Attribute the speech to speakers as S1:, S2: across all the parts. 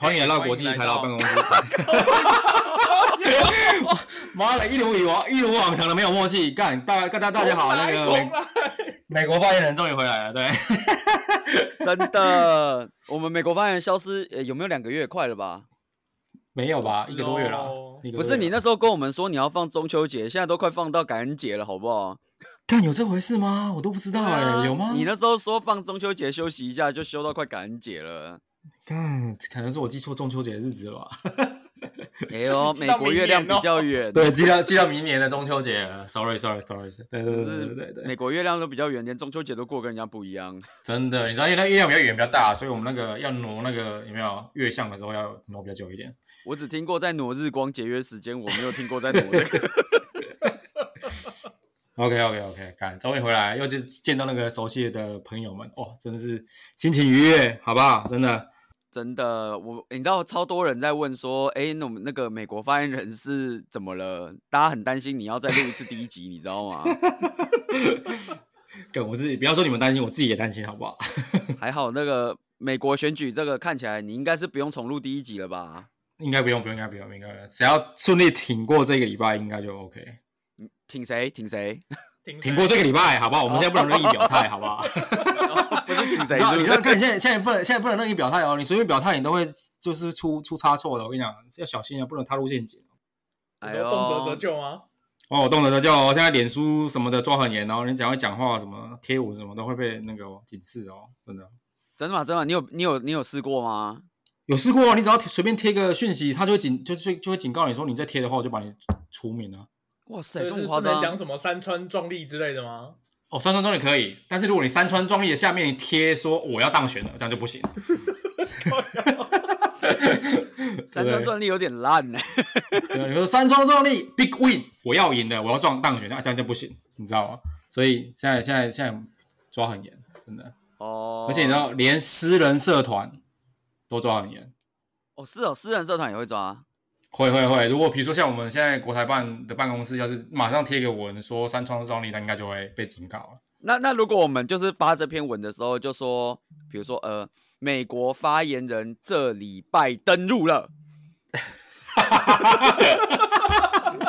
S1: 欢迎来到国际台老办公室。 妈的，一如以往，一如往常的没有默契。干大干大大家好，那个美 美国发言人终于回来了，对，
S2: 真的，我们美国发言人消失、呃有没有两个月？快了吧？
S1: 没有吧？一个多月了，
S3: 哦
S1: 一个多
S2: 不
S1: 月
S2: 是你
S1: 了
S2: 那时候跟我们说你要放中秋节，现在都快放到感恩节了，好不好？
S1: 干有这回事吗？我都不知道哎、有吗？
S2: 你那时候说放中秋节休息一下，就休到快感恩节了。
S1: 干可能是我记错中秋节的日子了吧？
S2: 哎 呦，
S3: 记
S2: 美
S3: 到
S2: 国
S3: 明
S2: 月亮
S3: 年
S2: 比
S3: 哦
S2: 较 圆，
S1: 对，记到记到明年的中秋节了。Sorry，Sorry，Sorry，对对对对对对对
S2: 美国月亮都比较圆，连中秋节都过跟人家不一样。
S1: 真的，你知道，因为那月亮比较圆比较大，所以我们那个要挪那个有没有月相的时候要挪比较久一点。
S2: 我只听过在挪日光节约时间，我没有听过在挪这个。
S1: OK OK OK，干，终于回来，又见见到那个熟悉的朋友们，哇，真的是心情愉悦，好不好？真的，
S2: 真的，我你知道超多人在问说，哎、那我们那个美国发言人是怎么了？大家很担心你要再录一次第一集，你知道吗？
S1: 跟我自己不要说你们担心，我自己也担心，好不好？
S2: 还好那个美国选举这个看起来你应该是不用重录第一集了吧？
S1: 应该不用，不用，应该不用，应该不用只要顺利挺过这个礼拜，应该就 OK。
S2: 挺谁？挺谁？
S3: 停
S1: 挺过这个礼拜，好不好？我们现在不能任意表态，好不 好？
S2: 不是挺谁？
S1: 你知道，
S2: 是
S1: 你
S2: 不
S1: 知道，
S2: 是？
S1: 看现在现在不能现在不能任意表态哦，你随便表态，你都会就是出出差错的。我跟你讲，要小心啊，不能踏入陷阱。
S2: 哎
S3: 有动辄折旧吗？
S1: 哦，动辄就哦，现在脸书什么的抓很严哦，你只要讲话什么贴文什么都会被那个哦警示哦，真的。
S2: 真的吗？真的吗？你有你有你有试过吗？
S1: 有试过、啊，你只要贴随便贴个讯息，他就会警，就就就会警告你说，你再贴的话，我就把你除名了。
S2: 哇塞，
S3: 就
S2: 这
S3: 是
S2: 么
S3: 不
S2: 夸
S3: 能讲
S2: 张！
S3: 什么山川壮丽之类的吗？
S1: 哦，三川壮也可以，但是如果你三川壮丽的下面贴说我要当选了，这样就不行。
S2: 三川壮丽有点烂 呢、
S1: 对啊，你说三川壮丽 big win，我要赢的，我要撞当选，啊那这样就不行，你知道吗？所以现在现在现在抓很严，真的。
S2: 哦，
S1: 而且你知道，连私人社团都抓很严。
S2: 哦，是哦，私人社团也会抓。
S1: 会会会，如果比如说像我们现在国台办的办公室，要是马上贴一个文说三创壮丽，那应该就会被警告了。
S2: 那那如果我们就是发这篇文的时候，就说，比如说呃，美国发言人这礼拜登 陆了，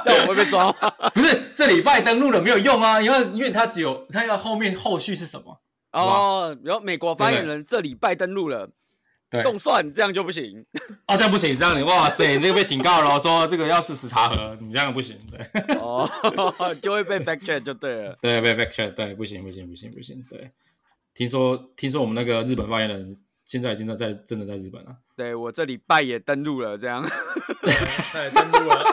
S2: 这样我会被抓吗？
S1: 不是，这礼拜登录了没有用啊，因为因为它只有它要后面后续是什么？
S2: 哦，然后美国发言人这礼拜登陆了，
S1: 对，
S2: 动算这样就不 行。
S1: 哦，这样不行，这样你哇塞，你这个被警告了， 说这个要事实查核，你这样不行，对
S2: 哦，就会被 fact check 就对了。
S1: 对，被 back check，对，不行不行不行不行，对。听说听说我们那个日本发言人现在已经在在真的在日本了，
S2: 对我这礼拜也登录了，这样
S3: 对，哎登录了。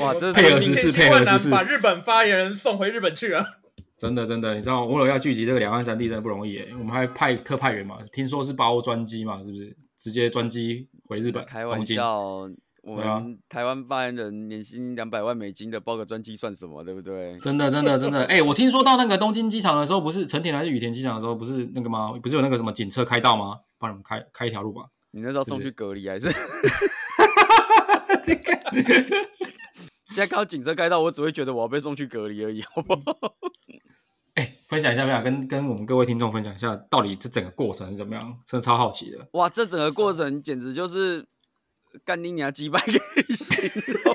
S2: 哇，这
S1: 配合
S2: 是
S1: 时
S3: 明
S1: 事
S3: 天
S1: 配
S3: 新
S1: 合
S3: 冠
S1: 时
S3: 南
S1: 事
S3: 啊把日本发言人送回日本去了。
S1: 真的真的，你知道为了要聚集这个两岸三地真的不容易耶，我们还派特派员嘛，听说是包专机嘛，是不是？直接专机回日本，
S2: 开
S1: 东
S2: 玩
S1: 京
S2: 笑哦，我
S1: 对啊
S2: 们台湾发言人年薪两百万美金的包个专机算什么，对不对？
S1: 真的，真的，真的，哎、我听说到那个东京机场的时候，不是成田还是羽田机场的时候，不是那个吗？不是有那个什么警车开道吗？帮你们开开一条路吧。
S2: 你那时候送去隔离还 是？ 现在看到警车开道，我只会觉得我要被送去隔离而已，好不好？
S1: 哎、分享一下，分享跟跟我们各位听众分享一下，到底这整个过程是怎么样？真的超好奇的。
S2: 哇，这整个过程简直就是干你娘击败给形容。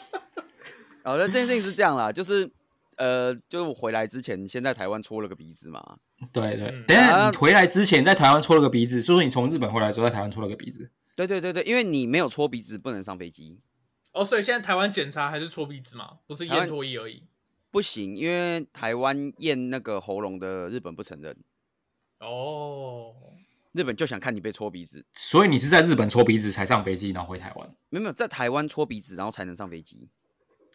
S2: 好的，这件事情是这样啦，就是呃，就是我回来之前，先在台湾戳了个鼻子嘛。
S1: 对对，
S3: 嗯
S1: 等一下
S2: 啊
S1: 你回来之前在台湾戳了个鼻子，是不是你从日本回来的时候在台湾戳了个鼻子？
S2: 对对对对，因为你没有戳鼻子不能上飞机，
S3: 哦，所以现在台湾检查还是搓鼻子嘛，不是
S2: 台湾
S3: 验唾液而已。
S2: 不行，因为台湾验那个喉咙的日本不承认，
S3: 哦，
S2: 日本就想看你被戳鼻子，
S1: 所以你是在日本戳鼻子才上飞机，然后回台湾。
S2: 没有没有在台湾戳鼻子，然后才能上飞机。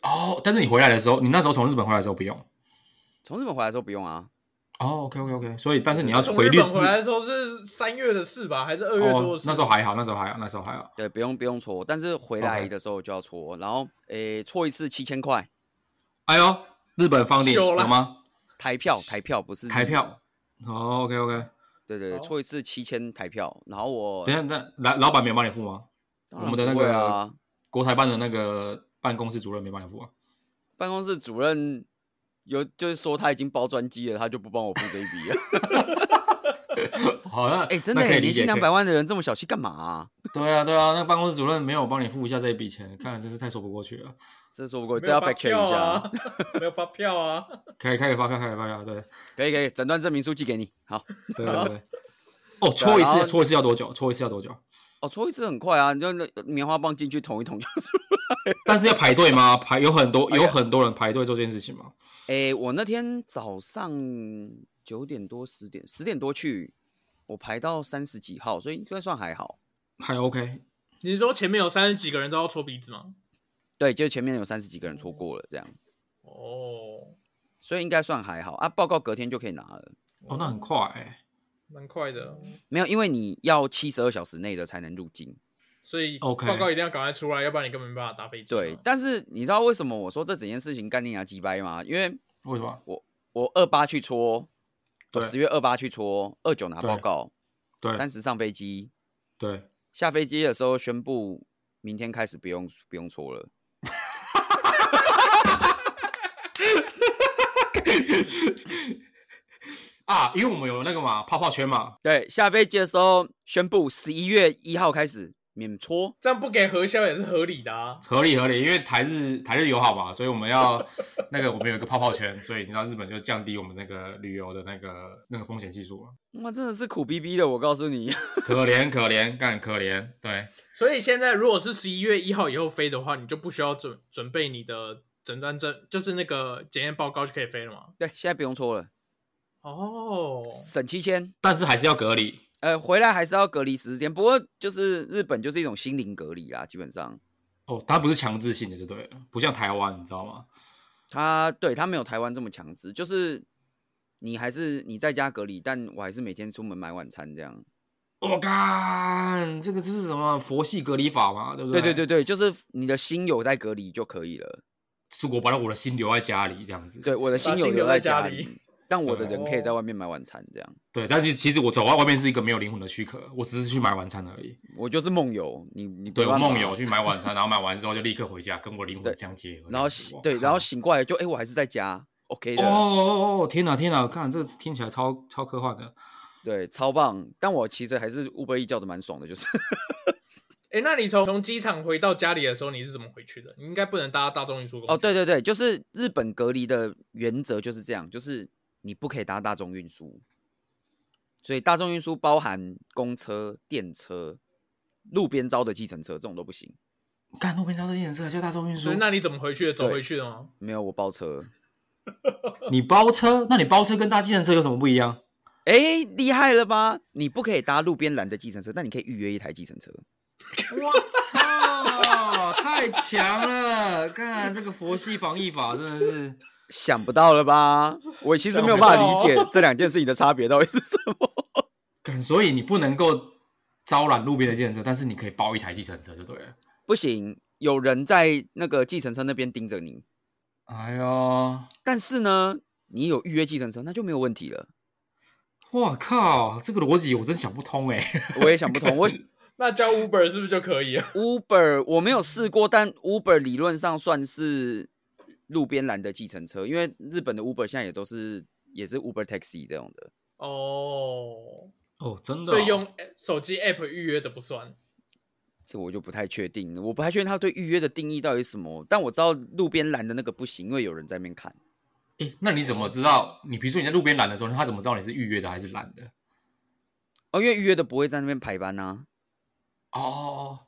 S1: 哦，但是你回来的时候，你那时候从日本回来的时候不用。
S2: 从日本回来的时候不用啊，
S1: 哦，OK OK OK，所以但是你要
S3: 从
S1: 回
S3: 日
S1: 日
S3: 本回来的时候是三月的事吧，还是二月多
S1: 哦
S3: 的，事？
S1: 那时候还好，那时候还好，那时候还好。
S2: 对，不用不用戳，但是回来
S1: OK
S2: 的时候就要戳，然后诶戳一次七千块。
S1: 哎呦，日本方定
S3: 秀
S1: 有
S3: 啦
S1: 吗？
S2: 台票，台票不是
S1: 台，票。哦，OK OK，
S2: 对对对，
S3: 哦
S2: 抽一次七千台票，然后我
S1: 等一下，那老老板没有帮你付吗？
S2: 当
S1: 啊我
S2: 然
S1: 们的那
S2: 不会
S1: 个
S2: 啊，
S1: 国台办的那个办公室主任没帮你付啊？
S2: 办公室主 任有就是说他已经包专机了，他就不帮我付这一笔了。
S1: 好像
S2: 哎、真的、
S1: 那可以
S2: 欸，
S1: 理
S2: 年
S1: 解
S2: 薪两
S1: 可以
S2: 百万的人这么小气干嘛啊、
S1: 对啊，对啊，那个办公室主任没有帮你付一下这一笔钱，看来真是太说不过去了。
S2: 这说不过，
S3: 没
S2: 这
S3: 有
S2: 要
S3: 发
S2: back check 一
S3: 票
S2: 下啊。
S3: 啊， 没有发票啊。
S1: 可以，可以发票，可以发票，对，
S2: 可以可以，诊断证明书寄给你。好，啊
S1: 对对对。哦，搓一
S2: 然后
S1: 次，搓一次要多久？搓一次要多久？
S2: 哦，搓一次很快啊，你就那棉花棒进去捅一捅就出来。
S1: 但是要排队吗？排有很多，
S2: 哎呀
S1: 有很多人排队做这件事情吗？
S2: 哎、我那天早上九点多、十点、十点多去，我排到三十几号，所以应该算还好。
S1: 还 OK，
S3: 你说前面有三十几个人都要戳鼻子吗？
S2: 对，就前面有三十几个人错过了，这样，
S3: 哦，
S2: 所以应该算还好啊。报告隔天就可以拿了，
S1: 哦，那很快哎、
S3: 蛮快的，
S2: 没有，因为你要七十二小时内的才能入境。
S3: 所以
S1: OK
S3: 报告一定要赶快出来，要不然你根本没办法搭飞
S1: 啊
S3: 机嘛。
S2: 对，但是你知道为什么我说这整件事情干你牙鸡掰吗？因为
S1: 为什么？
S2: 我二八去搓，我
S1: 对
S2: 十月二八去搓，二九拿报
S1: 对
S2: 告，
S1: 对
S2: 三十上飞机，
S1: 对，
S2: 下飞机的时候宣布明天开始不用不用搓了。
S1: 啊，因为我们有那个嘛泡泡圈嘛，
S2: 对，下飞机的时候宣布十一月一号开始免搓。
S3: 这样不给核销也是合理的啊。
S1: 合理合理，因为台日台日友好嘛，所以我们要那个我们有一个泡泡圈，所以你知道日本就降低我们那个旅游的那个那个风险系数嘛，
S2: 那真的是苦逼逼的，我告诉你，
S1: 可怜可怜，干可怜，对，
S3: 所以现在如果是十一月一号以后飞的话，你就不需要准准备你的诊断证，就是那个检验报告就可以飞了嘛。
S2: 对，现在不用搓了，
S3: 哦，
S2: 省七千。
S1: 但是还是要隔离，
S2: 呃，回来还是要隔离十四天，不过就是日本就是一种心灵隔离啦，基本上
S1: 哦，它不是强制性的，就对了，不像台湾，你知道吗？
S2: 他对他没有台湾这么强制，就是你还是你在家隔离，但我还是每天出门买晚餐这样。
S1: 我、哦干，这个就是什么佛系隔离法嘛，对不
S2: 对
S1: 对
S2: 对对对，就是你的心有在隔离就可以了。
S1: 出国把我的心留在家里这样子。
S2: 对，我的
S3: 把
S2: 啊心有
S3: 心
S2: 留
S3: 留
S2: 在
S3: 在
S2: 家
S3: 家里
S2: 里，嗯但我的
S1: 对
S2: 人可以在
S3: 哦
S2: 外面买晚餐，这样
S1: 对，但是其实我走到外面是一个没有灵魂的躯壳，我只是去买晚餐而已。
S2: 我就是梦游，你你没
S1: 对我
S2: 办法
S1: 梦游，去买晚餐，然后买完之后就立刻回家，跟我灵
S2: 对
S1: 魂相接。
S2: 然
S1: 这
S2: 后
S1: 样子
S2: 醒
S1: 我
S2: 对，然后
S1: 靠
S2: 醒过来就哎、我还是在家，OK 的，
S1: 哦哦哦！天哪天哪，看这个听起来超超科幻的。
S2: 对，超棒。但我其实还是 Uber E 叫的蛮爽的，就是
S3: 哎、那你从从机场回到家里的时候，你是怎么回去的？你应该不能搭大众运输工具
S2: 哦，对对对，就是日本隔离的原则就是这样，就是你不可以搭大众运输，所以大众运输包含公车、电车、路边招的计程车这种都不行。
S1: 干路边超车电车啊叫大众运输
S3: 所以，那你怎么回去的？走
S2: 对
S3: 回去的吗？
S2: 没有，我包车。
S1: 你包车，那你包车跟搭计程车有什么不一样？
S2: 哎、厉害了吧？你不可以搭路边拦的计程车，但你可以预约一台计程车。
S1: 我操，太强了！看这个佛系防疫法真的是，
S2: 想不到了吧？我其实没有办法理解这两件事情的差别到底是什么。
S1: 干所以你不能够招揽路边的计程车，但是你可以包一台计程车就对了。
S2: 不行，有人在那个计程车那边盯着你，
S1: 哎呦，
S2: 但是呢，你有预约计程车，那就没有问题了。
S1: 我靠，这个逻辑我真想不通哎、
S2: 我也想不通，我
S3: 那叫 Uber 是不是就可以了？
S2: Uber 我没有试过，但 Uber 理论上算是路边拦的计程车，因为日本的 Uber 现在也都是也是 Uber Taxi 这种的。
S3: 哦，
S1: 哦，真的哦、
S3: 所以用手机 App 预约的不算。
S2: 这我就不太确定了，我不太确定他对预约的定义到底是什么，但我知道路边拦的那个不行，因为有人在那边看。
S1: 诶那你怎么知道？你比如说你在路边拦的时候，他怎么知道你是预约的还是拦的？
S2: 哦，因为预约的不会在那边排班啊。
S1: 哦，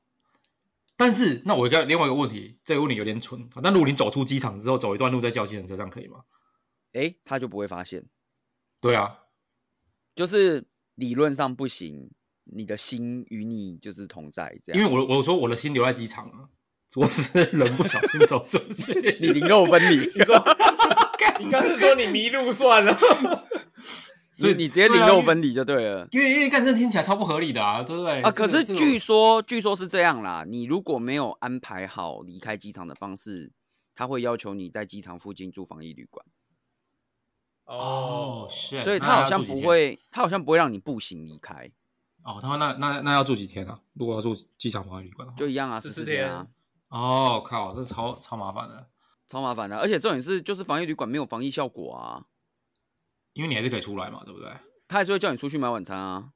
S1: 但是那我一个另外一个问题，这个问题有点蠢。那如果你走出机场之后，走一段路再叫计程车，这样可以吗？
S2: 诶，他就不会发现。
S1: 对啊，
S2: 就是理论上不行，你的心与你就是同在，这样。
S1: 因为我我说我的心留在机场啊， 我只是人不小心走出 去。
S2: 你灵肉分离，
S3: 你刚才说你迷路算了，
S1: 所以
S2: 你你直接
S1: 对
S2: 灵
S1: 啊
S2: 肉
S1: 因为
S2: 分离就对了。
S1: 因为因为干这听起来超不合理的啊，对不对？
S2: 啊，可
S1: 这个
S2: 是
S1: 这个
S2: 据说据说是这样啦，你如果没有安排好离开机场的方式，他会要求你在机场附近住防疫旅馆，
S1: 哦，shit，
S2: 所以
S1: 那
S2: 他好
S1: 要
S2: 像
S1: 住几
S2: 不
S1: 天
S2: 会，他好像不会让你步行离开，
S1: 哦。他说那那那要住几天啊？如果要住机场防疫旅馆的话，
S2: 就一样啊，十
S3: 14
S2: 四天啊，
S1: 哦靠，这超超麻烦的，
S2: 超麻烦的。而且重点是，就是防疫旅馆没有防疫效果啊，
S1: 因为你还是可以出来嘛，对不对？
S2: 他还是会叫你出去买晚餐啊，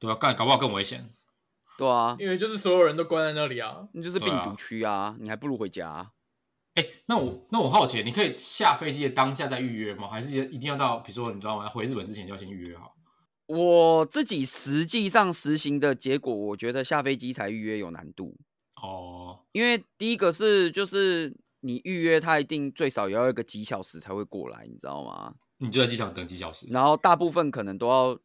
S1: 对啊，干搞不好更危险。
S2: 对啊，
S3: 因为就是所有人都关在那里啊。
S2: 那就是
S1: 对
S2: 病
S1: 啊
S2: 毒区啊，你还不如回家、啊。
S1: 哎，那我那我好奇，你可以下飞机的当下再预约吗？还是一定要到，比如说你知道吗？回日本之前就要先预约好？
S2: 我自己实际上实行的结果，我觉得下飞机才预约有难度，
S1: 哦，
S2: 因为第一个是就是你预约，他一定最少也要一个几小时才会过来，你知道吗？
S1: 你就在机场等几小时？
S2: 然后大部分可能都要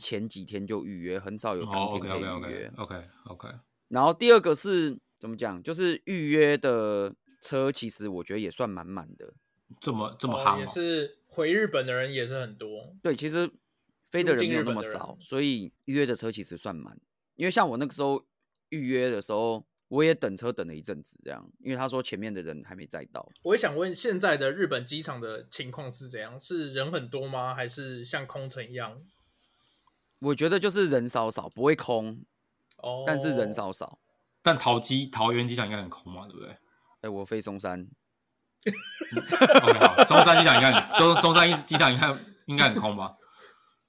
S2: 前几天就预约，很少有
S1: 哦
S2: 当
S1: ，OK
S2: 天可以
S1: OK
S2: 预约。
S1: OK OK OK，
S2: 然后第二个是怎么讲，就是预约的车，其实我觉得也算满满的。
S1: 这么这么
S3: 哦
S1: 夯
S3: 也
S1: 哦，
S3: 是回日本的人也是很多。
S2: 对，其实飞的
S3: 入
S2: 人
S3: 境
S2: 没有
S3: 日
S2: 那
S3: 本
S2: 么
S3: 的人
S2: 少，所以预约的车其实算满。因为像我那个时候预约的时候，我也等车等了一阵子，这样，因为他说前面的人还没载到。
S3: 我也想问，现在的日本机场的情况是怎样？是人很多吗？还是像空城一样？
S2: 我觉得就是人少少，不会空，
S3: 哦，
S2: 但是人。少少。
S1: 但桃机桃园机场应该很空嘛，对不对
S2: 哎、我飞松山，
S1: ？OK，好，中山机场应该很中中山机场应该应该很空吧？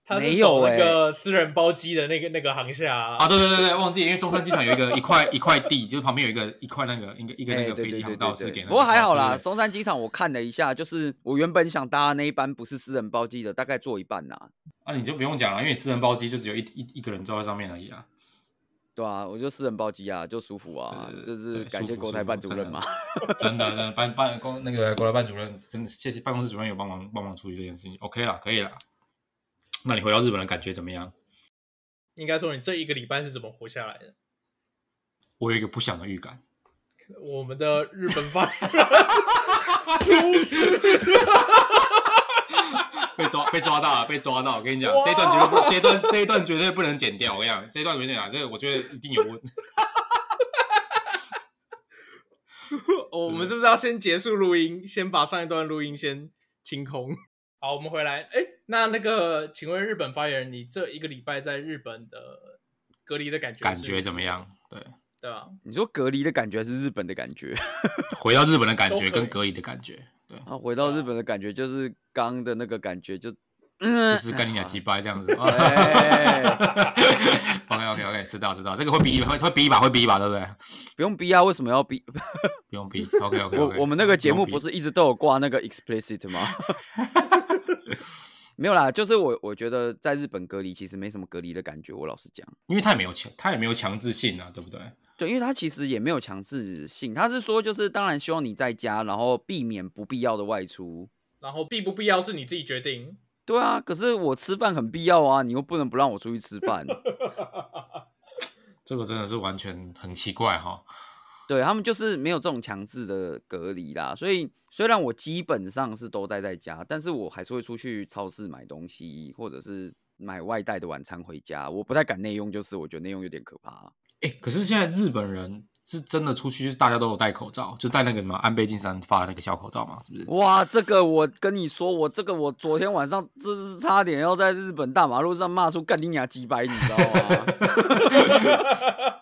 S3: 他是
S2: 没有
S3: 走那
S2: 欸
S3: 个私人包机的那个那个航厦啊
S1: 啊，对对对对，忘记，因为中山机场有一个一块一块地，就是旁边有一个一块那个一个一个
S2: 哎、
S1: 那个
S2: 对
S1: 飞
S2: 对
S1: 机
S2: 对
S1: 航道
S2: 对
S1: 是给
S2: 对。
S1: 那个。
S2: 不过还好啦，
S1: 对对对
S2: 松山机场我看了一下，就是我原本想搭的那一班不是私人包机的，大概坐一半啦、
S1: 啊，你就不用讲了，因为你私人包机就只有一一一个人坐在上面而已啊。
S2: 对啊，我就私人包机啊，就舒服啊，
S1: 对对
S2: 这
S1: 对
S2: 是
S1: 对
S2: 感
S1: 舒
S2: 谢
S1: 服
S2: 国
S1: 舒
S2: 台
S1: 服
S2: 办主
S1: 真
S2: 任
S1: 的
S2: 嘛。
S1: 真的，真的办办公那个国台办主任，真的谢谢办公室主任有帮忙帮忙处理这件事情，OK 啦，可以啦。那你回到日本的感觉怎么样？
S3: 应该说你这一个礼拜是怎么活下来的？
S1: 我有一个不祥的预感，
S3: 我们的日本发出事，
S1: 被抓被抓到了，被抓到！我跟你讲，
S3: 哇
S1: 这一段绝对不，这一段这一段绝对不能剪掉。我跟你讲，这一段没剪掉，这个我觉得一定有问。
S3: 我们是不是要先结束录音，先把上一段录音先清空？ 好，我们回来。哎，那那个，请问日本发言人，你这一个礼拜在日本的隔离的感觉是？
S1: 感觉怎么样？对，
S3: 对啊吧？
S2: 你说隔离的感觉是日本的感觉，
S1: 回到日本的感
S3: 都可
S1: 觉
S3: 以
S1: 跟隔离的感觉，对，
S2: 然后回到日本的感觉就是刚的那个感觉，就
S1: 就
S2: 嗯，
S1: 是跟你俩鸡掰这样子。
S2: 哎，
S1: OK OK OK，知道知道，这个会逼一把，会会逼一把，会逼一把，对不对？
S2: 不用逼啊，为什么要逼？
S1: 不用逼。OK OK，
S2: 我我们那个节目不是一直都有挂那个 explicit 吗？没有啦，就是我我觉得在日本隔离其实没什么隔离的感觉，我老实讲，
S1: 因为他也没有强，他也没有强制性啊，对不对？
S2: 对，因为他其实也没有强制性，他是说就是当然希望你在家，然后避免不必要的外出。
S3: 然后必不必要是你自己决 定。
S2: 对啊，可是我吃饭很必要啊，你又不能不让我出去吃饭。
S1: 这个真的是完全很奇怪哈。
S2: 对他们就是没有这种强制的隔离啦，所以虽然我基本上是都待在家，但是我还是会出去超市买东西，或者是买外带的晚餐回家。我不太敢内用，就是我觉得内用有点可怕。
S1: 哎，可是现在日本人是真的出去，就是大家都有戴口罩，就戴那个什么安倍晋三发的那个小口罩嘛，是不是？
S2: 哇，这个我跟你说，我这个我昨天晚上这是差点要在日本大马路上骂出干你娘鸡掰，你知道吗？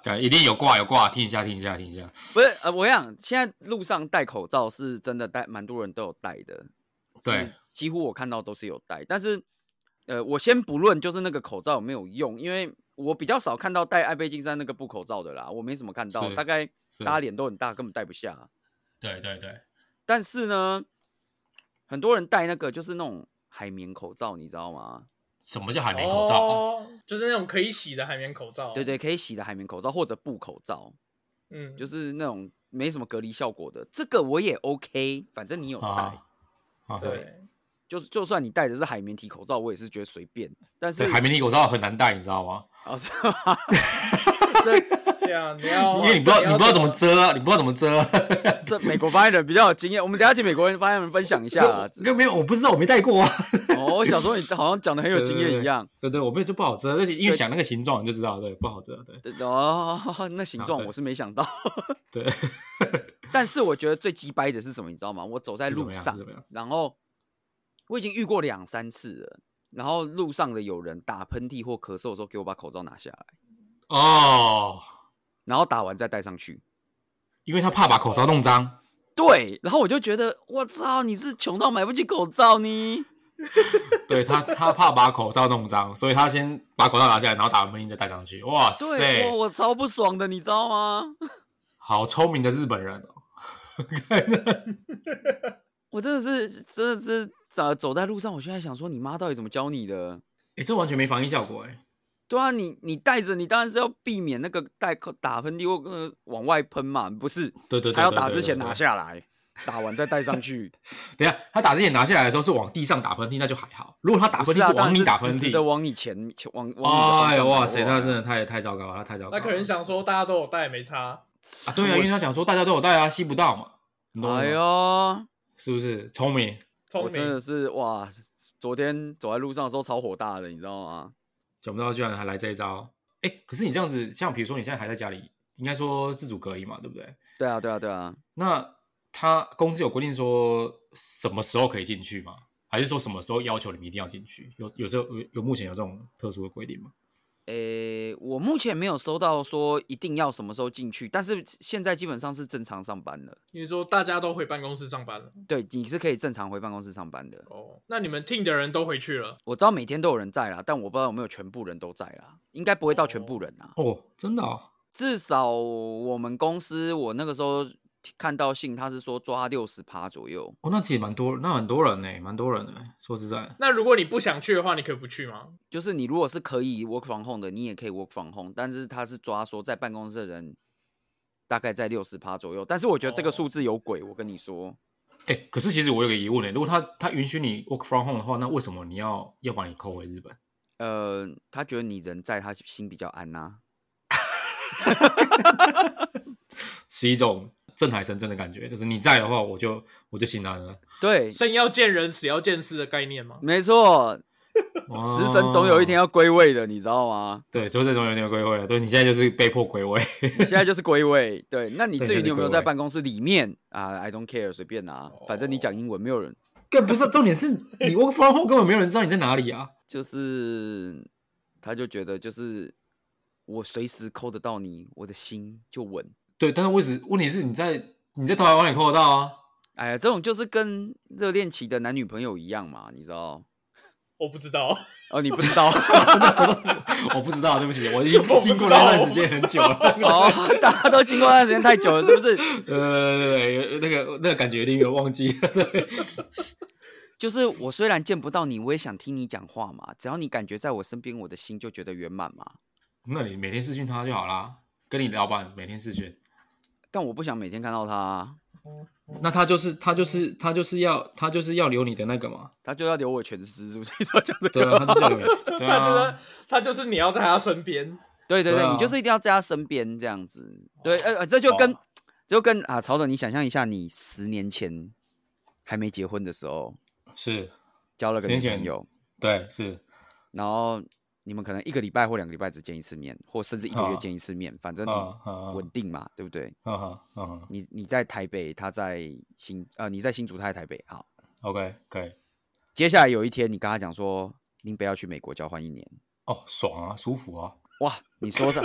S1: 对，一定有挂有挂，听一下听一下听一下。
S2: 不是，呃，我想现在路上戴口罩是真的戴，蛮多人都有戴的。
S1: 对
S2: 是，几乎我看到都是有戴，但是，呃，我先不论就是那个口罩有没有用，因为我比较少看到戴安倍晋三那个布口罩的啦，我没什么看到，
S1: 是
S2: 大概
S1: 是
S2: 大家脸都很大，根本戴不下。
S1: 对对对，
S2: 但是呢，很多人戴那个就是那种海绵口罩，你知道吗？
S1: 什么叫海绵口罩？
S3: 哦，就是那种可以洗的海绵口罩。
S2: 对，对，可以洗的海绵口罩或者布口罩，
S3: 嗯，
S2: 就是是那种没什么隔离效果的，这个我也 OK，反正你有戴。
S1: 啊啊，对，
S3: 对，
S2: 就就算你戴的是海绵体口罩，我也是觉得随便。但是
S1: 对，海绵体口罩很难戴，你知道吗？
S2: 哦，是吗？这
S3: 这样啊你
S2: 哦
S3: 要，
S1: 因为你不知道你
S3: 要
S1: 不知道怎么遮啊，你不知道怎么遮啊。
S2: 这美国发言人比较有经验，我们等一下请美国人发言人分享一 下啊。
S1: 没有没有，我不知道，我没戴过啊。
S2: 哦，我想说你好像讲的很有经验一样。
S1: 对对，我没有就不好遮，而且因为想那个形状你就知道，对，不好遮，对
S2: 对哦，那形
S1: 啊
S2: 状
S1: 对
S2: 我是没想到，
S1: 对。
S2: 但是我觉得最鸡掰的是什么，你知道吗？我走在
S1: 是怎
S2: 路
S1: 么样
S2: 上
S1: 是怎么样，
S2: 然后我已经遇过两三次了，然后路上的有人打喷嚏或咳嗽的时候，给我把口罩拿下来，
S1: 哦，
S2: 然后打完再戴上去。
S1: 因为他怕把口罩弄脏。
S2: 对，然后我就觉得，我操，你是穷到买不起口罩呢？
S1: 对他，他怕把口罩弄脏，所以他先把口罩拿下来，然后打完喷嚏再戴上去。哇
S2: 对，我
S1: 塞，
S2: 我超不爽的，你知道吗？
S1: 好聪明的日本人哦！
S2: 我真的是，真的是走走在路上，我现在想说，你妈到底怎么教你的？
S1: 哎，这完全没防疫效果哎。
S2: 对啊，你你带着，你当然是要避免那个带口打喷嚏或呃往外喷嘛，不是？
S1: 对对对，
S2: 他要
S1: 对
S2: 打
S1: 对
S2: 之
S1: 对
S2: 前
S1: 对
S2: 拿下来，打完再带上去。
S1: 等一下，他打之前拿下来的时候是往地上打喷嚏，那就还好。如果他 打
S2: 不
S1: 喷
S2: 是啊
S1: 嚏
S2: 当
S1: 往
S2: 然
S1: 你
S2: 是
S1: 打喷
S2: 直直的
S1: 嚏，
S2: 往你前前往往你
S1: 哎
S2: 的方向打啊
S1: 哇塞，那
S2: 过来
S1: 真的太太糟糕了，他太糟糕
S3: 那
S1: 了。
S3: 可能想说大家都有戴没差，
S1: 啊，对啊，因为他想说大家都有戴啊，吸不到嘛。你懂我意
S2: 哎
S1: 思吗
S2: 呦，
S1: 是不是聪明？
S3: 聪
S2: 我真的
S3: 明。
S2: 是哇！昨天走在路上的时候超火大的，你知道吗？
S1: 想不到居然还来这一招。哎，可是你这样子，像比如说你现在还在家里，应该说自主隔离嘛，对不对？
S2: 对啊，对啊，对啊，
S1: 那他公司有规定说什么时候可以进去吗？还是说什么时候要求你们一定要进去？有有这有有目前有这种特殊的规定吗？
S2: 诶、我目前没有收到说一定要什么时候进去，但是现在基本上是正常上班了。
S3: 你说大家都回办公室上班了，
S2: 对，你是可以正常回办公室上班的。
S3: 哦，那你们 team 的人都回去了，
S2: 我知道每天都有人在啦，但我不知道有没有全部人都在啦，应该不会到全部人啊。
S1: 哦，真的、哦，
S2: 至少我们公司，我那个时候看到信，他是说抓六十趴左右。
S1: 哦，那其实蛮多，那很多人呢、蛮多人的、说实在，
S3: 那如果你不想去的话，你可以不去吗？
S2: 就是你如果是可以 work from home 的，你也可以 work from home，但是他是抓说在办公室的人大概在六十趴左右，但是我觉得这个
S3: 哦
S2: 数字有鬼，我跟你说，
S1: 哎、可是其实我有个疑问呢、如果他他允许你 work from home 的话，那为什么你要要把你扣回日本？
S2: 呃，他觉得你人在，他心比较安呐、
S1: 是一种正海神针的感觉，就是你在的话，我就我就心安了。
S2: 对，
S3: 生要见人，死要见尸的概念吗？
S2: 没错，
S1: 哦
S2: 食神总有一天要归位的，你知道吗？
S1: 对，就这种有点归位了。对你现在就是被迫归位，
S2: 你现在就是归位，对。那你
S1: 对
S2: 至于
S1: 现在
S2: 你有没有
S1: 归
S2: 在
S1: 位
S2: 办公室里面啊？I don't care，随便啊，反正你讲英文，没有人。
S1: 更不是重点是你 work from home 根本没有人知道你在哪里啊。
S2: 就是他就觉得就是我随时抠得到你，我的心就稳。
S1: 对，但是问题问题是你在你在台湾也扣得到啊。
S2: 哎呀，这种就是跟热恋期的男女朋友一样嘛，你知道？
S3: 我不知道，
S2: 哦，你不知道
S1: 真的不是，我不知道，对不起，我已经
S3: 我不知道
S1: 经过那段时间很久了。
S2: 哦，大家都经过那段时间太久了，是不是？
S1: 呃，对对对，那个那个感觉有点有忘记。对，
S2: 就是我虽然见不到你，我也想听你讲话嘛。只要你感觉在我身边，我的心就觉得圆满嘛。
S1: 那你每天视讯他就好啦，跟你老板每天视讯。
S2: 但我不想每天看到他、啊，
S1: 那他就是他就是他就是要他就是要留你的那个嘛，
S2: 他就要留我全尸，是不是？ 你说这样子
S1: 对啊，他就是要留你，对
S3: 他觉
S1: 啊
S3: 得，他就是你要在他身边，
S2: 对对
S1: 对
S2: 对，
S1: 啊
S2: 你就是一定要在他身边这样子。对，呃，呃这就跟
S1: 哇
S2: 这就跟啊，曹总，你想象一下，你十年前还没结婚的时候，
S1: 是，
S2: 交了个
S1: 十
S2: 女
S1: 年
S2: 朋
S1: 前
S2: 友，
S1: 对，是，
S2: 然后你们可能一个礼拜或两个礼拜只见一次面，或甚至一个月
S1: 啊
S2: 见一次面，反正
S1: 啊啊啊
S2: 稳定嘛，对不对？
S1: 嗯哼嗯哼
S2: 你你在台北，他在新呃，你在新竹，他在台北。好，
S1: ，OK，可以，
S2: 接下来有一天你跟他讲说，林北要去美国交换一年，
S1: 哦，爽啊，舒服啊，
S2: 哇，你说他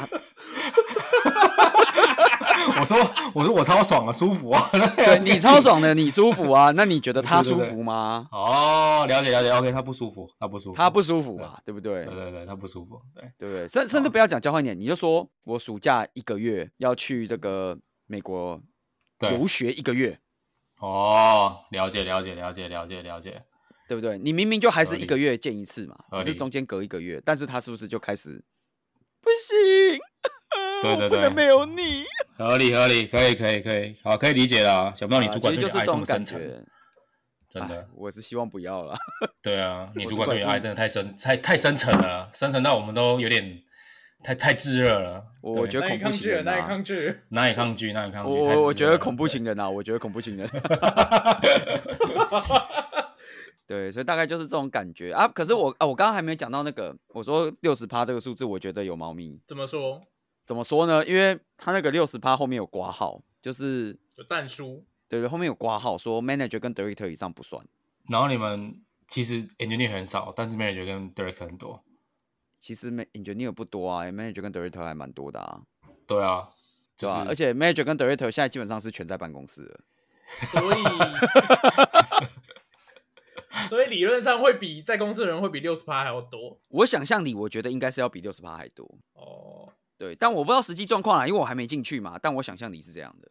S1: 我说我说我超爽啊，舒服啊，
S2: 对你超爽的，你舒服啊？那你觉得他
S1: 对
S2: 舒
S1: 对对
S2: 服吗？
S1: 哦，了解了解，OK，他不舒服，他不舒服，
S2: 他不舒服啊，对不
S1: 对
S2: 对？
S1: 对对，他不舒服，对，
S2: 对不对？甚甚至不要讲交换一年，你就说我暑假一个月要去这个美国
S1: 对
S2: 游学一个月，
S1: 哦，了解了解了解了解了解，
S2: 对不对？你明明就还是
S1: 合理
S2: 一个月见一次嘛，
S1: 合
S2: 只
S1: 理
S2: 是中间隔一个月，但是他是不是就开始不行？
S1: 对
S2: 我
S1: 对
S2: 不
S1: 对
S2: 能没有你。
S1: 合理合理，可以可以可以，好，可以理解了啊，想不到你
S2: 啊
S1: 主管
S2: 其实
S1: 对你
S2: 就是这
S1: 爱这
S2: 种
S1: 么
S2: 感
S1: 深沉，
S2: 觉，
S1: 真的
S2: 哎。我是希望不要了。
S1: 对啊，你主
S2: 我主
S1: 管
S2: 管
S1: 对你
S2: 是
S1: 爱真的太深，太太深沉了，深沉到我们都有点太太炙热了。
S2: 我
S1: 对
S2: 我觉得
S3: 难以抗
S2: 恐怖情
S3: 拒了，
S2: 人
S3: 难以
S2: 啊，
S3: 抗拒。
S1: 难以抗拒，难以抗拒。
S2: 我
S1: 太炙
S2: 我
S1: 热
S2: 我觉得
S1: 了
S2: 恐怖情人啊，我觉得恐 怖情人。对，所以大概就是这种感觉啊。可是我啊，我刚刚还没有讲到那个，我说六十趴这个数字，我觉得有猫咪。
S3: 怎么说？
S2: 怎么说呢？因为他那个六十趴后面有挂号，就是
S3: 有蛋叔，
S2: 对对，后面有挂号说 manager 跟 director 以上不算。
S1: 然后你们其实 engineer 很少，但是 manager 跟 director 很多。
S2: 其实 ma- engineer 不多啊，manager 跟 director 还蛮多的啊，
S1: 对啊，就
S2: 对
S1: 是、
S2: 吧、而且 manager 跟 director 现 在基本上是全在办公室了。
S3: 所以所以理论上会比在公司的人会比六十趴还要多
S2: 我想象里我觉得应该是要比六十趴还多，
S3: 哦。
S2: 对，但我不知道实际状况啦，因为我还没进去嘛，但我想象里是这样的。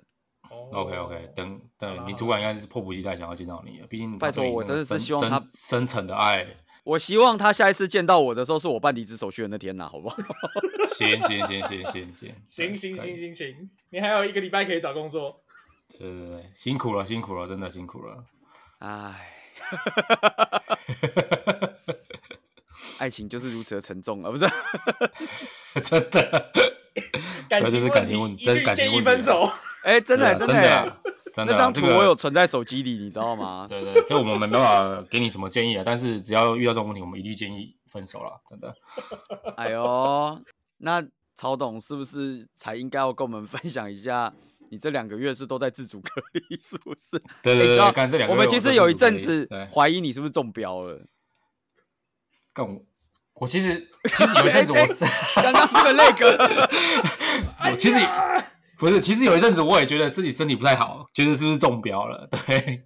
S3: 哦
S1: OK OK，等
S3: 好
S1: 等，
S3: 啦
S1: 你主管应该是迫不及待想要见到你了，毕竟
S2: 拜托
S1: 他对你
S2: 我
S1: 那
S2: 真
S1: 个
S2: 的是
S1: 深
S2: 希望
S1: 深
S2: 他
S1: 深沉的爱。
S2: 我希望他下一次见到我的时候是我办离职手续的那天啦，好不好？
S1: 行行行行行行
S3: 行 行，
S1: 可以
S3: 行
S1: 可以
S3: 行行，你还有一个礼拜可以找工作。
S1: 对对对，辛苦了辛苦了，真的辛苦了。
S2: 唉，爱情就是如此的沉重啊，不是？
S1: 真的，
S3: 感
S1: 这
S3: 情
S1: 是感情
S3: 问
S1: 问
S3: 题，一
S1: 这是
S3: 律
S1: 感情
S3: 建议
S1: 问题啊
S3: 分手。
S2: 哎、真
S1: 对
S2: 的、
S1: 啊
S2: 真
S1: 真
S2: 的、欸
S1: 的真的，啊
S2: 那张
S1: 这
S2: 图
S1: 个
S2: 我有存在手机里，你知道吗？
S1: 对对，这我们没办法给你什么建议啊，但是只要遇到这种问题，我们一律建议分手了，真的。
S2: 哎呦，那曹董是不是才应该要跟我们分享一下？你这两个月是都在自主隔离，是不是？
S1: 对
S2: 哎
S1: 对
S2: 你知
S1: 对，
S2: 道
S1: 干这两个
S2: 我
S1: 月
S2: 们
S1: 都
S2: 其
S1: 是
S2: 实有一
S1: 自己
S2: 阵子
S1: 对
S2: 怀疑你是不是中标了。
S1: 干我，我其实其实有一阵子
S2: 哎
S1: 我是，
S2: 刚刚这个那个，哎
S1: 我
S3: 哎
S1: 其实不是，其实有一阵子我也觉得自己身体不太好，觉得是不是中标了？ 对，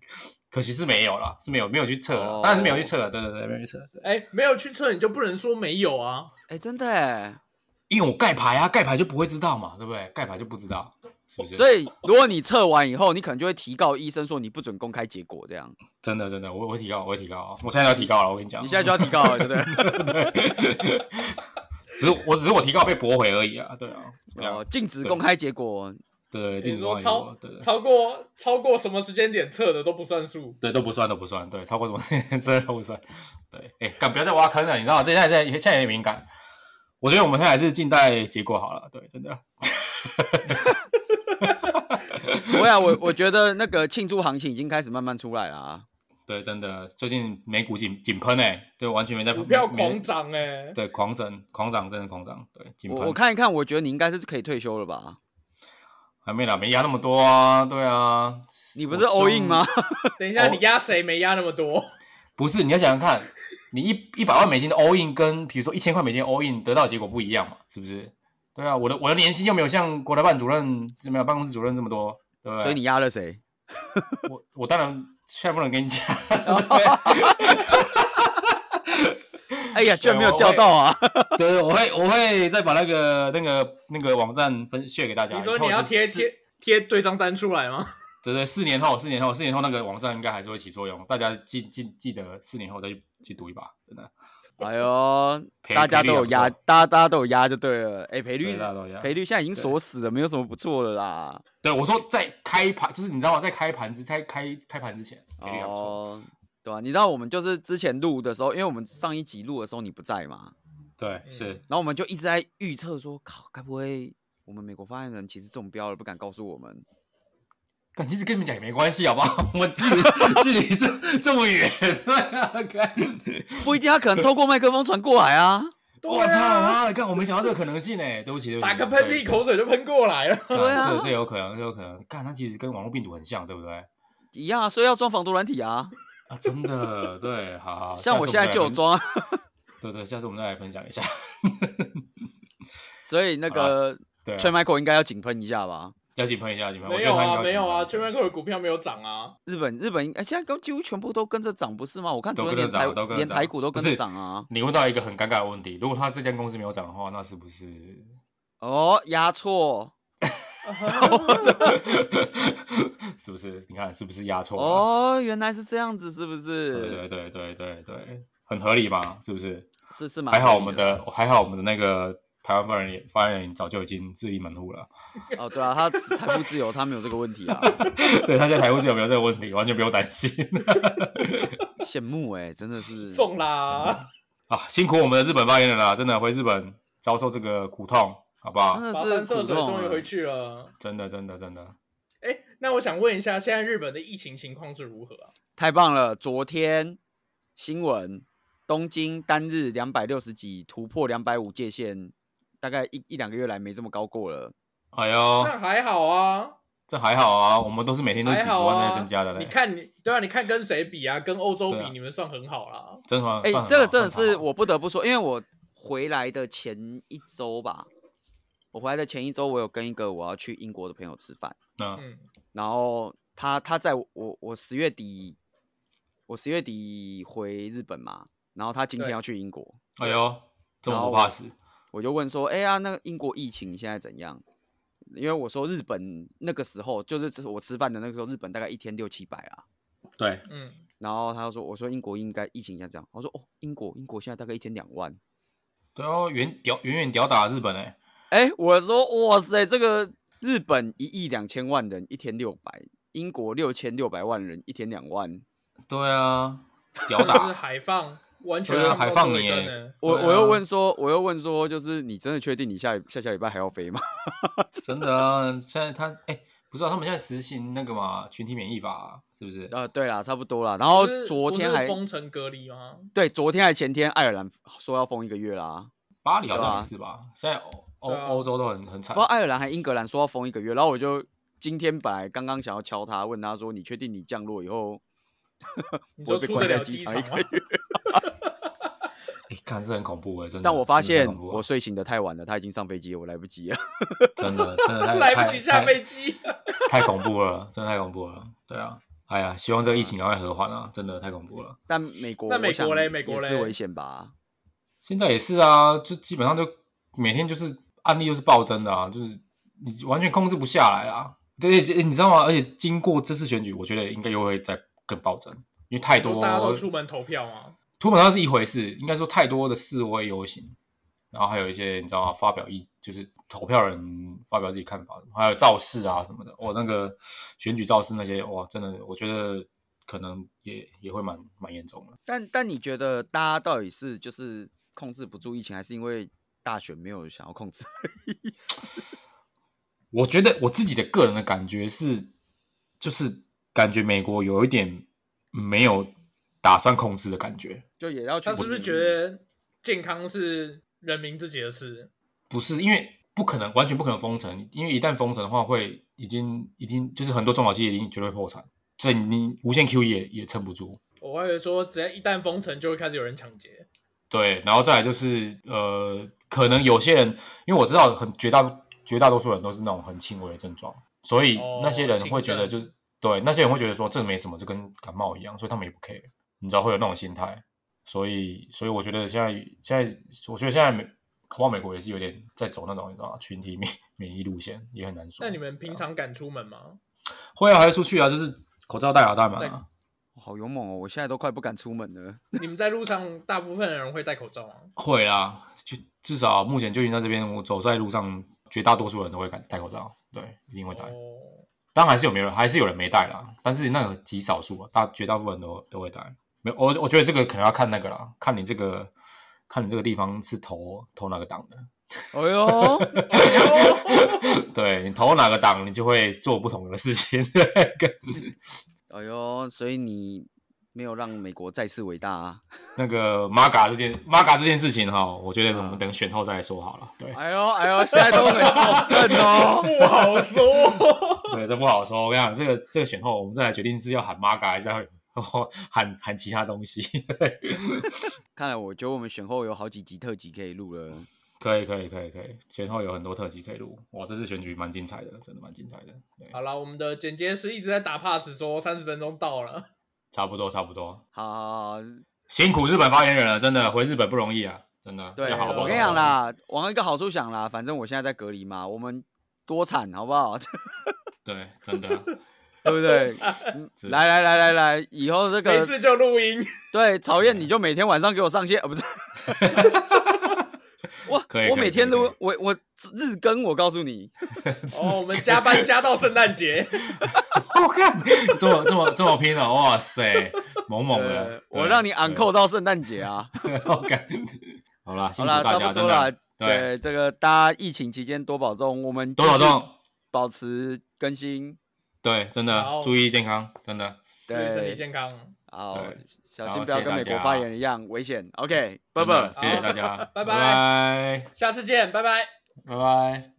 S1: 可惜是没有啦，是没有没有去测啦
S2: 哦，
S1: 当然是没有去测啊了，对对对，没有去测，对
S3: 哎，没有去测你就不能说没有啊。
S2: 哎，真的哎。
S1: 因为我盖牌啊，盖牌就不会知道嘛，对不对？盖牌就不知道，是不是？
S2: 所以如果你测完以后，你可能就会提告医生说你不准公开结果，这样。
S1: 真的真的，我我会提高，我会提高啊，我现在要提高了，我跟你讲，
S2: 你现在就要提告了，对不对？
S1: 只是我只是我提高被驳回而已啊，对啊， 对啊
S2: 哦，禁止公开结果，
S1: 对，禁
S3: 你
S1: 止
S3: 说
S1: 光
S3: 超
S1: 影，对对
S3: 超过超过什么时间点测的都不算数。
S1: 对都不算都不算，对，超过什么时间 真的都不算，对，哎，干不要再挖坑了，你知道吗？这现在在现在有点敏感，我觉得我们现在还是静待结果好了，对，真的，
S2: 不会啊，我我觉得那个庆祝行情已经开始慢慢出来了啊。
S1: 对，真的，最近美股紧紧喷哎，对，完全没在
S3: 股票
S1: 没
S3: 狂，涨哎、
S1: 对，狂涨狂涨，真的狂涨，对，紧
S2: 我我
S1: 喷，
S2: 看一看，我觉得你应该是可以退休了吧？
S1: 还没啦，没压那么多啊，对啊，
S2: 你不是 all in 吗？？
S3: 等一下，
S1: 哦
S3: 你压谁没压那么多？
S1: 不是，你要想想看，你一一百万美金的 all in 跟比如说一千块美金的 all in 得到的结果不一样嘛，是不是？对啊，我的我的年薪又没有像国台办主任没有办公室主任这么多，对不对？
S2: 所以你压了谁？
S1: 我我当然现在不能跟你讲，
S2: 哎呀，居然没有钓到啊！
S1: 对，我会我会再把那个那个那个网站分 share 给大家。
S3: 你说
S1: 以后
S3: 你要
S1: 就
S3: 贴
S1: 四，
S3: 贴贴对账单出来吗？
S1: 对对，四年后四年后四年后那个网站应该还是会起作用，大家记记记得四年后再去去赌一把，真的。
S2: 哎呦，
S1: 赔
S2: 大家都有
S1: 赔率
S2: 压，
S1: 也不错
S2: 大家大家都有压就对了。哎，赔率
S1: 对大家都有压
S2: 赔率现在已经锁死了，没有什么不错的啦。
S1: 对，我说在开盘，就是你知道吗？在开盘之在开开盘之前，赔率还不错。
S2: 哦，对啊，你知道我们就是之前录的时候，因为我们上一集录的时候你不在嘛，
S1: 对，
S3: 嗯
S1: 是。
S2: 然后我们就一直在预测说，靠，该不会我们美国发言人其实中标了，不敢告诉我们？
S1: 但其实跟你们讲也没关系，好不好？ 我距离距离这这么远，啊
S3: 啊
S2: 不一定，他可能透过麦克风传过来啊。
S1: 我操妈的！看我没想到这个可能性呢，对不起，对不起，
S3: 打个喷嚏，口水就喷过来了。
S1: 对，
S2: 对啊
S1: 这这有可能，这有可能。看它其实跟网络病毒很像，对不对？
S2: 一样啊，所以要装防毒软体啊。
S1: 啊，真的，对，好好。
S2: 像
S1: 下次
S2: 我
S1: 们
S2: 现在
S1: 再
S2: 就有
S1: 分，
S2: 装啊，
S1: 对对，下次我们再来分享一下。
S2: 所以那
S1: 好啦
S2: 个
S1: 对啊，
S2: t r Michael 应该要井喷一下吧。
S1: 要请朋友一下，你们
S3: 没有啊，没有啊，
S1: 全
S3: 全麦克的股票没有涨啊。
S2: 日本日本，哎、现在都几乎全部都跟着涨，不是吗？我看
S1: 都
S2: 昨天
S1: 跟
S2: 连
S1: 着涨都
S2: 台
S1: 跟着
S2: 连
S1: 涨
S2: 台股都跟
S1: 不
S2: 着
S1: 是
S2: 涨啊。
S1: 你问到一个很尴尬的问题，如果他这间公司没有涨的话，那是不 是
S2: 哦，压错
S1: 是不是？你看是不是压错了？
S2: 哦，原来是这样子，是不
S1: 对
S2: 是？
S1: 对对对对对，很合理嘛，是不是？
S2: 是是蛮
S1: 还好
S2: 合
S1: 我
S2: 理
S1: 们的还好我们的那个台湾发言人也发言人早就已经自立门户了，
S2: 哦，对啊，他财富自由，他没有这个问题啊，
S1: 对他在台湾是有没有这个问题，完全不用担心
S2: 羡慕哎、真的是。
S3: 中啦，
S1: 啊！辛苦我们的日本发言人了，真的回日本遭受这个苦痛，好不好
S2: 真？的
S3: 跋
S2: 是
S3: 山涉
S2: 苦
S3: 水
S2: 痛、
S3: 终于回
S2: 啊，
S3: 去了。
S1: 真的真的真的，
S3: 哎，那我想问一下，现在日本的疫情情况是如何啊？
S2: 太棒了！昨天新闻，东京单日两百六十几，突破两百五界限，大概一一两个月来没这么高过了。
S1: 哎呦，
S3: 那还好啊，
S1: 这还好啊，我们都是每天都几
S3: 还
S1: 十
S3: 好
S1: 万
S3: 啊。
S1: 在增加的嘞，
S3: 你看你对啊，你看跟谁比啊？跟欧洲
S1: 对
S3: 比，
S1: 啊
S3: 你们算很啊好啦。
S1: 真的
S2: 哎、这个真的是
S1: 算好
S2: 我不得不说，因为我回来的前一周吧，我回来的前一周，我有跟一个我要去英国的朋
S1: 啊嗯
S2: 友吃饭，
S1: 那
S3: 嗯，
S2: 然后他他在我我十月底我十月底回日本嘛，然后他今天
S3: 对
S2: 要去英国，
S1: 哎呦，这
S2: 然
S1: 么
S2: 后
S1: 不怕死，
S2: 我就问说，哎、呀、那个英国疫情现在怎样？因为我说日本那个时候，就是吃我吃饭的那个时候，日本大概一天六七百啊。
S1: 对，
S3: 嗯，
S2: 然后他就说，我说英国应该疫情现在这样，我说哦，英国英国现在大概一天两万。
S1: 对哦，远屌远远屌打日本哎，
S2: 哎、我说哇塞，这个日本一亿两千万人一天六百，英国六千六百万人一天两万。
S1: 对啊，屌
S3: 这就是
S1: 打，
S3: 海放，完全
S1: 对啊
S3: 看不到
S1: 海放
S3: 杜伟
S1: 你
S3: 真
S1: 耶
S3: 欸
S2: 我、
S1: 对
S2: 我
S1: 啊
S2: 又问说，我又问说，就是你真的确定你下下下礼拜还要飞吗？
S1: 真的啊，现在他哎，不知道他们现在实行那个嘛群体免疫法是不是？
S2: 啊，对啦，差不多啦。然后
S3: 不是
S2: 昨
S3: 不
S2: 天
S3: 是
S2: 还
S3: 封城隔离吗？
S2: 对，昨天还前天，爱尔兰说要封一个月啦。
S1: 巴黎好
S2: 对啊
S1: 像也是吧？现在欧欧
S3: 对啊
S1: 欧洲都很很惨
S2: 不知，道爱尔兰还英格兰说要封一个月，然后我就今天本来刚刚想要敲他，问他说：“你确定你降落以后
S3: 你
S2: 不
S3: 说
S2: 会被
S3: 出得
S2: 关在
S3: 了
S2: 机
S3: 机
S2: 场
S3: 场
S2: 一
S3: 吗
S2: 个？月
S1: 哎，看是很恐怖哎，真的。？”
S2: 但我发
S1: 真的
S2: 现
S1: 很恐怖啊
S2: 我睡醒的太晚了，他已经上飞机了，我来不及了。
S1: 真的真的太
S3: 来
S1: 太
S3: 不及下
S1: 太
S3: 飞机。
S1: 太恐怖了，真的太恐怖了。对啊，哎呀，希望这个疫情赶快和缓啊！真的太恐怖了。
S2: 但美国，
S3: 那美
S2: 我想
S3: 国嘞美国
S2: 也是
S3: 嘞
S2: 危险吧？
S1: 现在也是啊，就基本上就每天就是案例又是暴增的啊，就是你完全控制不下来啊。对，对你知道吗？而且经过这次选举，我觉得应该又会再更暴增，因为太
S3: 你
S1: 多
S3: 说大家都出门投票啊吗？
S1: 涂本上是一回事，应该说太多的示威游行，然后还有一些你知道吗？发表意就是投票人发表自己看法，还有造势啊什么的。哇，那个选举造势那些，哇，真的，我觉得可能也也会蛮蛮严重的。
S2: 但但你觉得大家到底是就是控制不住疫情，还是因为大选没有想要控制？
S1: 我觉得我自己的个人的感觉是，就是感觉美国有一点没有打算控制的感觉，
S2: 就也要去
S3: 他是不是觉得健康是人民自己的事？
S1: 不是因为不可能完全不可能封城，因为一旦封城的话会已经已经就是很多中小企业已经绝对破产，这你无限 QE 也也撑不住。
S3: 我还以为说，只要一旦封城，就会开始有人抢劫。
S1: 哦对，然后再来就是呃，可能有些人，因为我知道很绝大绝大多数人都是那种很轻微的症状，所以
S3: 哦
S1: 那些人会觉得
S3: 轻
S1: 就是、对那些人会觉得说这没什么，就跟感冒一样，所以他们也不 care，你知道会有那种心态，所以所以我觉得现在现在我觉得现在美，恐怕美国也是有点在走那种你知道吗群体免免疫路线，也很难说。
S3: 那你们平常敢出门吗？
S1: 会啊还是出去啊，就是口罩戴好戴满啊，
S2: 哇好勇猛哦？我现在都快不敢出门 了。
S3: 你们在路上，大部分人会戴口罩吗？
S1: 会啦，就至少目前就近在这边，我走在路上，绝大多数人都会戴戴口罩，对，一定会戴。
S3: 哦，
S1: 当然还是有没有人，还是有人没戴啦，但是那个极少数啊，大绝大部分都都会戴。没，我我觉得这个可能要看那个啦，看你这个看你这个地方是投投哪个党的，
S2: 哎呦，
S1: 对你投哪个党，你就会做不同的事情。 对跟
S2: 哎呦，所以你没有让美国再次伟大啊！
S1: 那个玛嘎这件玛嘎这件事情哈，我觉得我们等选后再来说好了。对，
S2: 哎呦，哎呦，现在都很好胜哦。
S3: 不好说。
S1: 对，这不好说。我跟你讲，这个这个选后，我们再来决定是要喊 Maga 还是要喊喊其他东西。
S2: 看来我觉得我们选后有好几集特辑可以录了。
S1: 可以，可以，可以，可以。选后有很多特辑可以录。哇，这次选举蛮精彩的，真的蛮精彩的。对，
S3: 好了，我们的剪接师一直在打 pass，说三十分钟到了。
S1: 差不多，差不多。
S2: 好好，好
S1: 辛苦日本发言人了，真的回日本不容易啊，真的。
S2: 对，
S1: 要好好啊
S2: 我
S1: 报道
S2: 跟你讲，啦，往一个好处想啦，反正我现在在隔离嘛，我们多惨好不好？
S1: 对，真的。
S2: 对不对？嗯来来来来来，以后这
S3: 每
S2: 个
S3: 次就录音，
S2: 对曹
S1: 哎
S2: 燕，你就每天晚上给我上线，呃，不是。 我
S1: 可以
S2: 我
S1: 可以
S2: 每天
S1: 可以
S2: 都我我日更，我告诉你，
S3: 哦，我们加班加到圣诞节，
S1: 我看这么这么这么拼了，哇塞，猛猛的
S2: 呃。我让你
S1: 昂
S2: on call 到圣诞节啊！
S1: 我感好啦，辛
S2: 好
S1: 苦
S2: 啦，
S1: 大
S2: 差
S1: 家，
S2: 不
S1: 真
S2: 多啦
S1: 的。。对，
S2: 对，这个大家疫情期间多保重，我们
S1: 多保重。，
S2: 保持更新。
S1: 对，真的
S3: 好
S1: 注意健康，真的。
S3: 注意身体
S2: 对，
S3: 健康。
S2: 好
S1: 对，
S2: 小
S1: 好
S2: 心不要
S1: 谢谢
S2: 跟
S1: 大
S2: 美国
S1: 家
S2: 发言人一样危险。OK，拜
S1: 真
S2: 拜
S1: 的。谢谢大家，
S3: 拜拜
S1: 拜
S3: 下次见，拜拜。
S1: 拜拜。